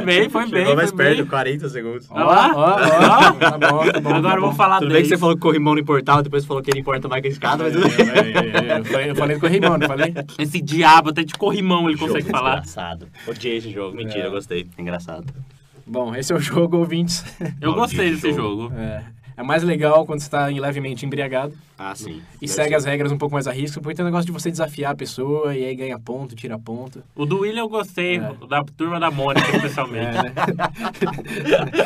[SPEAKER 1] bem, foi bem.
[SPEAKER 3] Chegou mais
[SPEAKER 1] foi bem.
[SPEAKER 3] perto, 40 segundos.
[SPEAKER 2] Ah,
[SPEAKER 1] Olha lá.
[SPEAKER 2] ó, ó. Tá bom, tá bom.
[SPEAKER 1] Agora
[SPEAKER 2] tá
[SPEAKER 1] eu vou
[SPEAKER 2] bom.
[SPEAKER 1] falar
[SPEAKER 3] Tudo bem
[SPEAKER 1] deles.
[SPEAKER 3] que você falou que corrimão não importava, depois falou que ele importa mais que a escada, mas tudo bem.
[SPEAKER 2] É, é, é, Eu falei, eu falei do corrimão, não falei?
[SPEAKER 1] Esse diabo até de corrimão ele consegue
[SPEAKER 3] Jogo
[SPEAKER 1] falar.
[SPEAKER 3] Desgraçado. Odiei esse jogo. Mentira, eu gostei. É Engraçado.
[SPEAKER 2] Bom, esse é o jogo, ouvintes.
[SPEAKER 1] Eu
[SPEAKER 3] Maldito
[SPEAKER 1] gostei desse
[SPEAKER 3] jogo.
[SPEAKER 1] jogo.
[SPEAKER 2] É, é mais legal quando você tá em levemente embriagado
[SPEAKER 3] Ah, sim.
[SPEAKER 2] e
[SPEAKER 3] Deve
[SPEAKER 2] segue
[SPEAKER 3] ser.
[SPEAKER 2] as regras um pouco mais a risco, porque tem o negócio de você desafiar a pessoa e aí ganha ponto, tira ponto.
[SPEAKER 1] O do William eu gostei,
[SPEAKER 2] É.
[SPEAKER 1] o da turma da Mônica,
[SPEAKER 3] É,
[SPEAKER 1] especialmente.
[SPEAKER 3] né?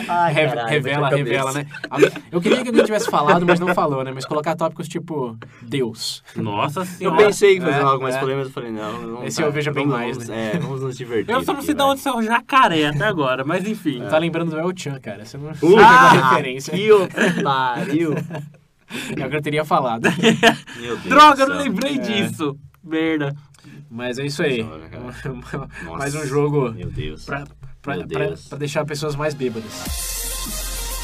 [SPEAKER 3] Ai,
[SPEAKER 2] Re-
[SPEAKER 3] caralho,
[SPEAKER 2] revela,
[SPEAKER 3] bati a
[SPEAKER 2] revela,
[SPEAKER 3] cabeça.
[SPEAKER 2] né? Alguém- Eu queria que alguém tivesse falado, mas não falou, né? Mas colocar tópicos tipo Deus.
[SPEAKER 1] Nossa
[SPEAKER 3] Eu
[SPEAKER 1] senhora.
[SPEAKER 3] pensei em fazer
[SPEAKER 2] É,
[SPEAKER 3] algo mais
[SPEAKER 2] é.
[SPEAKER 3] polêmico, mas eu falei, não, não
[SPEAKER 2] Esse
[SPEAKER 3] tá.
[SPEAKER 2] eu vejo bem
[SPEAKER 3] Vamos-
[SPEAKER 2] mais,
[SPEAKER 3] vamos-
[SPEAKER 2] né?
[SPEAKER 3] É, vamos nos divertir.
[SPEAKER 1] Eu só não sei
[SPEAKER 3] aqui,
[SPEAKER 1] de
[SPEAKER 3] É. vai.
[SPEAKER 1] onde saiu o jacaré até agora, mas enfim.
[SPEAKER 2] Tá lembrando do El Chan, cara. Você não pegou a
[SPEAKER 3] Puta
[SPEAKER 2] referência.
[SPEAKER 3] Uh, ah, que o pariu.
[SPEAKER 2] É o que eu teria falado.
[SPEAKER 3] Meu Deus
[SPEAKER 1] Droga, eu
[SPEAKER 3] do
[SPEAKER 1] não
[SPEAKER 3] céu.
[SPEAKER 1] lembrei disso. Merda.
[SPEAKER 2] Mas é isso aí.
[SPEAKER 3] Nossa, Nossa.
[SPEAKER 2] mais um jogo
[SPEAKER 3] Meu Deus.
[SPEAKER 2] pra, pra,
[SPEAKER 3] Meu
[SPEAKER 2] pra,
[SPEAKER 3] Deus.
[SPEAKER 2] pra deixar pessoas mais bêbadas.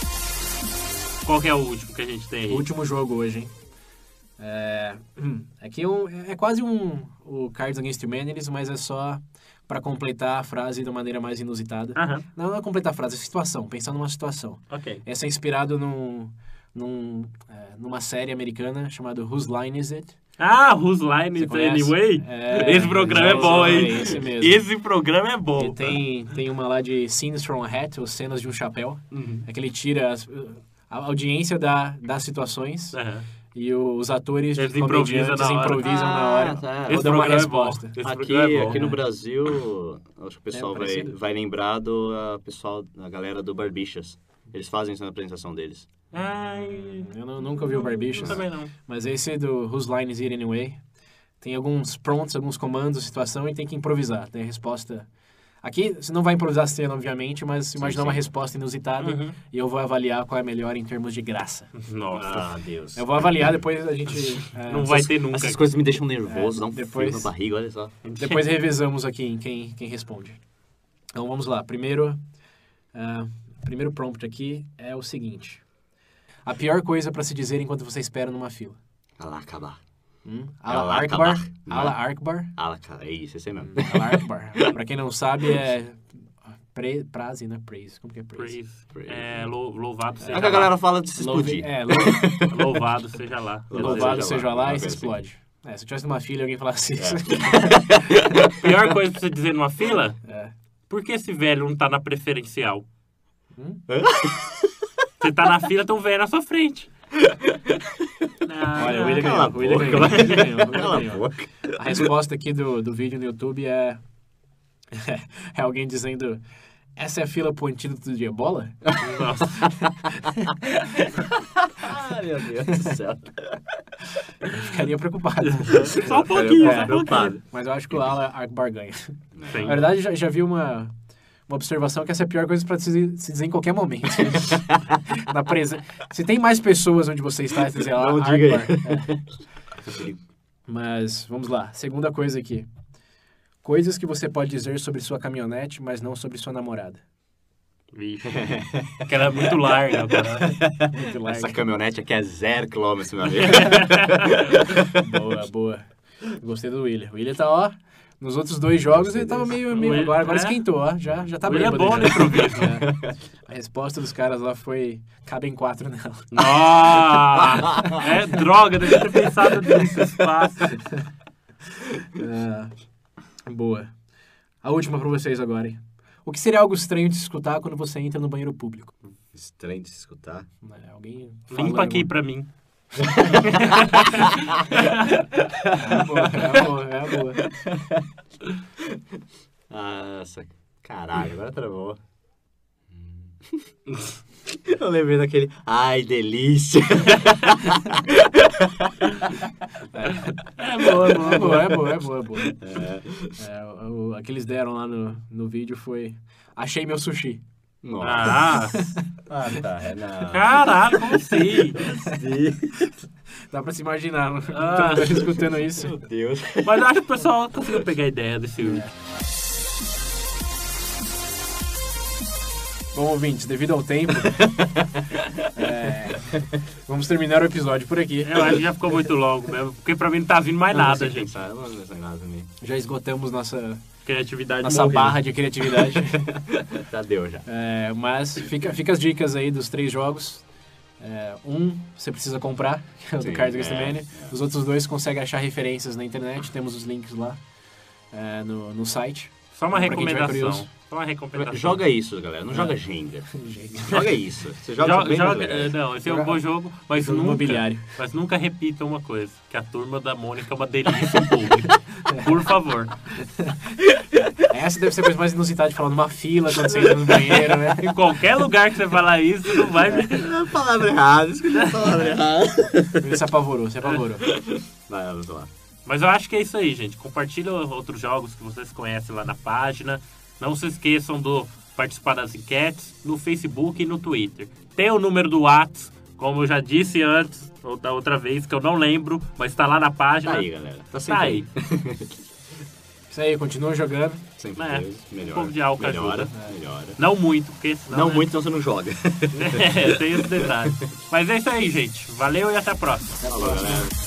[SPEAKER 1] Qual que é o último que a gente tem aí?
[SPEAKER 2] O último jogo hoje, hein? É, hum, aqui é, um- é quase um o Cards Against Humanities, mas é só pra completar a frase de uma maneira mais inusitada.
[SPEAKER 1] Aham,
[SPEAKER 2] Não, não é completar a frase, é situação, pensar numa situação.
[SPEAKER 1] ok.
[SPEAKER 2] Essa é inspirado num, num, é, numa série americana chamada Whose Line Is It?
[SPEAKER 1] Ah, Whose Line
[SPEAKER 2] Você
[SPEAKER 1] Is
[SPEAKER 2] conhece?
[SPEAKER 1] Anyway?
[SPEAKER 2] É,
[SPEAKER 1] esse programa é bom, hein?
[SPEAKER 2] é esse mesmo.
[SPEAKER 1] Esse programa é bom.
[SPEAKER 2] E tem, tem uma lá de Scenes from a Hat, ou Cenas de um Chapéu.
[SPEAKER 1] Uhum.
[SPEAKER 2] É que ele tira as- a audiência da, das situações
[SPEAKER 1] Aham.
[SPEAKER 2] E o- os atores,
[SPEAKER 1] Eles
[SPEAKER 2] comediantes
[SPEAKER 1] improvisam na hora.
[SPEAKER 2] improvisam na hora.
[SPEAKER 3] Ah, tá.
[SPEAKER 2] Ou
[SPEAKER 1] Esse
[SPEAKER 2] dão
[SPEAKER 1] programa
[SPEAKER 2] uma
[SPEAKER 1] é bom.
[SPEAKER 2] resposta.
[SPEAKER 1] Esse
[SPEAKER 3] aqui,
[SPEAKER 1] programa é bom,
[SPEAKER 3] aqui
[SPEAKER 1] né?
[SPEAKER 3] no Brasil, acho que o pessoal vai,
[SPEAKER 2] É parecido.
[SPEAKER 3] vai lembrar do ah, pessoal, a galera do Barbixas. Eles fazem isso na apresentação deles.
[SPEAKER 1] Ai.
[SPEAKER 2] Eu não- nunca vi o Barbixas.
[SPEAKER 1] Também não.
[SPEAKER 2] Mas esse é do Whose Line Is It Anyway tem alguns prompts, alguns comandos, situação e tem que improvisar. Tem a resposta. Aqui você não vai improvisar a cena, obviamente, mas imaginar
[SPEAKER 3] sim.
[SPEAKER 2] uma resposta inusitada e eu vou avaliar qual é a melhor em termos de graça.
[SPEAKER 1] Uhum. Nossa.
[SPEAKER 3] Deus.
[SPEAKER 2] Eu vou avaliar, depois a gente. é,
[SPEAKER 1] não vai ter nunca.
[SPEAKER 3] Essas coisas me deixam nervoso, dá um
[SPEAKER 2] depois-
[SPEAKER 3] frio na barriga, olha só.
[SPEAKER 2] Depois revezamos aqui em quem, quem responde. Então vamos lá. Primeiro, ah, primeiro prompt aqui é o seguinte: A pior coisa para se dizer enquanto você espera numa fila.
[SPEAKER 3] Alá, acabar.
[SPEAKER 2] Hum?
[SPEAKER 3] É o
[SPEAKER 2] Ala
[SPEAKER 3] Arcabar,
[SPEAKER 2] Arkbar.
[SPEAKER 3] né?
[SPEAKER 2] Ala Arkbar.
[SPEAKER 3] Alá, cara, é isso, esse é mesmo.
[SPEAKER 2] Ala Arkbar. pra quem não sabe, é. Pre... Praze, né? Praise. Como que é praise?
[SPEAKER 1] Praise. É, lou- louvado
[SPEAKER 3] É
[SPEAKER 1] seja
[SPEAKER 3] o que a galera fala de se
[SPEAKER 2] Louve-
[SPEAKER 3] explodir.
[SPEAKER 2] É, lou-
[SPEAKER 1] lá. Louvado seja lá.
[SPEAKER 2] louvado
[SPEAKER 3] seja
[SPEAKER 2] seja
[SPEAKER 3] lá,
[SPEAKER 2] lá
[SPEAKER 3] uma
[SPEAKER 2] e se
[SPEAKER 3] coisa assim. É.
[SPEAKER 2] explode. É, se eu tivesse uma filha, alguém falasse isso.
[SPEAKER 1] Pior coisa pra você dizer numa fila?
[SPEAKER 2] É.
[SPEAKER 1] Por que esse velho não tá na preferencial?
[SPEAKER 2] Hum?
[SPEAKER 1] Você tá na fila, tem um velho na sua frente. Ah,
[SPEAKER 2] Olha, o William
[SPEAKER 3] Cala a
[SPEAKER 2] ganhou. O William ganhou. o
[SPEAKER 3] boca.
[SPEAKER 2] William ganhou, o William
[SPEAKER 3] Cala
[SPEAKER 2] ganhou.
[SPEAKER 3] a boca.
[SPEAKER 2] A resposta aqui do, do vídeo no YouTube é. É alguém dizendo. Essa é a fila pro antídoto de ebola?
[SPEAKER 1] Nossa.
[SPEAKER 3] Ai, meu Deus do céu.
[SPEAKER 2] Eu ficaria preocupado.
[SPEAKER 1] Só um pouquinho, só um
[SPEAKER 3] Preocupado.
[SPEAKER 1] pouquinho.
[SPEAKER 2] Mas eu acho que o Ala Akbar ganha.
[SPEAKER 1] Sim.
[SPEAKER 2] Na verdade, já, já vi uma, uma observação que essa é a pior coisa pra se, se dizer em qualquer momento. né? Na presa. Se tem mais pessoas onde você está, você dizer lá.
[SPEAKER 3] Não diga aí.
[SPEAKER 2] Akbar. É. Mas vamos lá. Segunda coisa aqui. Coisas que você pode dizer sobre sua caminhonete, mas não sobre sua namorada.
[SPEAKER 1] Vixe. Porque ela é muito larga. né? cara.
[SPEAKER 2] Muito larga.
[SPEAKER 3] Essa caminhonete aqui é zero quilômetro, meu amigo.
[SPEAKER 2] Boa, boa. Gostei do William. O William tá, ó. Nos outros dois jogos ele tava meio. meio
[SPEAKER 1] William-
[SPEAKER 2] agora agora
[SPEAKER 1] é.
[SPEAKER 2] esquentou, ó. Já, já tá
[SPEAKER 1] O William é bom
[SPEAKER 2] bêbado já.
[SPEAKER 1] no improviso.
[SPEAKER 2] É. A resposta dos caras lá foi: cabem quatro nela.
[SPEAKER 1] Nossa! É droga, devia ter pensado nisso, espaço.
[SPEAKER 2] É. Boa. A última pra vocês agora, hein? O que seria algo estranho de se escutar quando você entra no banheiro público?
[SPEAKER 3] Estranho de se escutar.
[SPEAKER 2] É, alguém. falando
[SPEAKER 1] Limpa aqui pra mim.
[SPEAKER 2] alguma- É boa, é boa, é boa.
[SPEAKER 3] Nossa, caralho, agora travou. Eu lembrei daquele. Ai, delícia!
[SPEAKER 2] É boa, boa, boa, é boa, é boa, é boa. É, o, o- a que eles deram lá no, no vídeo foi: achei meu sushi.
[SPEAKER 3] Nossa.
[SPEAKER 1] Ah,
[SPEAKER 3] Ah, tá. é, não.
[SPEAKER 1] caralho, como assim?
[SPEAKER 2] Dá pra se imaginar, não?
[SPEAKER 1] Ah.
[SPEAKER 2] Todo mundo escutando isso.
[SPEAKER 3] Meu Deus.
[SPEAKER 1] Mas eu acho que o pessoal conseguiu pegar a ideia desse vídeo.
[SPEAKER 2] Bom, ouvintes, devido ao tempo, é, vamos terminar o episódio por aqui.
[SPEAKER 1] Eu acho que já ficou muito longo mesmo, porque pra mim não tá vindo mais
[SPEAKER 3] Não
[SPEAKER 1] nada,
[SPEAKER 3] sei
[SPEAKER 1] gente.
[SPEAKER 3] pensar, Eu não vou pensar em nada também.
[SPEAKER 2] Já esgotamos nossa,
[SPEAKER 1] Criatividade
[SPEAKER 2] nossa
[SPEAKER 1] morreu.
[SPEAKER 2] barra de criatividade.
[SPEAKER 3] Já deu já.
[SPEAKER 2] É, mas fica, fica as dicas aí dos três jogos. É, um, você precisa comprar, que é o do
[SPEAKER 3] Sim,
[SPEAKER 2] Cards Against
[SPEAKER 3] é,
[SPEAKER 2] the Mania. Os outros dois você consegue achar referências na internet, temos os links lá é, no, no site.
[SPEAKER 1] Só uma
[SPEAKER 2] Pra quem tiver
[SPEAKER 1] recomendação.
[SPEAKER 2] curioso.
[SPEAKER 1] Só uma recomendação.
[SPEAKER 3] Joga isso, galera. Não joga É. Jenga. Joga isso. Você joga, eh,
[SPEAKER 1] Joga,
[SPEAKER 3] bem
[SPEAKER 1] joga-
[SPEAKER 3] galera.
[SPEAKER 1] é, não, esse é um
[SPEAKER 2] Joga-
[SPEAKER 1] bom jogo, mas
[SPEAKER 2] Jogo
[SPEAKER 1] nunca,
[SPEAKER 2] imobiliário.
[SPEAKER 1] mas nunca repita uma coisa, que a turma da Mônica é uma delícia em público. Por favor.
[SPEAKER 2] Essa deve ser a coisa mais inusitada de falar numa fila quando você entra no banheiro, né?
[SPEAKER 1] Em qualquer lugar que você falar isso, não vai...
[SPEAKER 3] A é palavra errada, escolhi a é palavra errada. Tá
[SPEAKER 2] Ele se apavorou, se apavorou.
[SPEAKER 3] Vai, vamos lá.
[SPEAKER 1] Mas eu acho que é isso aí, gente. Compartilha outros jogos que vocês conhecem lá na página. Não se esqueçam do participar das enquetes no Facebook e no Twitter. Tem o número do Whats, como eu já disse antes, ou da outra vez, que eu não lembro, mas tá lá na página.
[SPEAKER 3] Tá aí, galera. Tá sempre
[SPEAKER 1] Tá aí.
[SPEAKER 2] Isso aí, continua jogando.
[SPEAKER 3] Sempre
[SPEAKER 1] É.
[SPEAKER 3] Deus.
[SPEAKER 1] Um
[SPEAKER 3] Melhora.
[SPEAKER 1] pouco de álcool
[SPEAKER 3] melhora,
[SPEAKER 1] ajuda.
[SPEAKER 3] melhora.
[SPEAKER 1] Não muito, porque senão. É,
[SPEAKER 3] Não,
[SPEAKER 1] né?
[SPEAKER 3] muito, senão você não joga.
[SPEAKER 1] É, tem esse detalhe. Mas é isso aí, é gente. Valeu e até a próxima.
[SPEAKER 3] Falou, galera.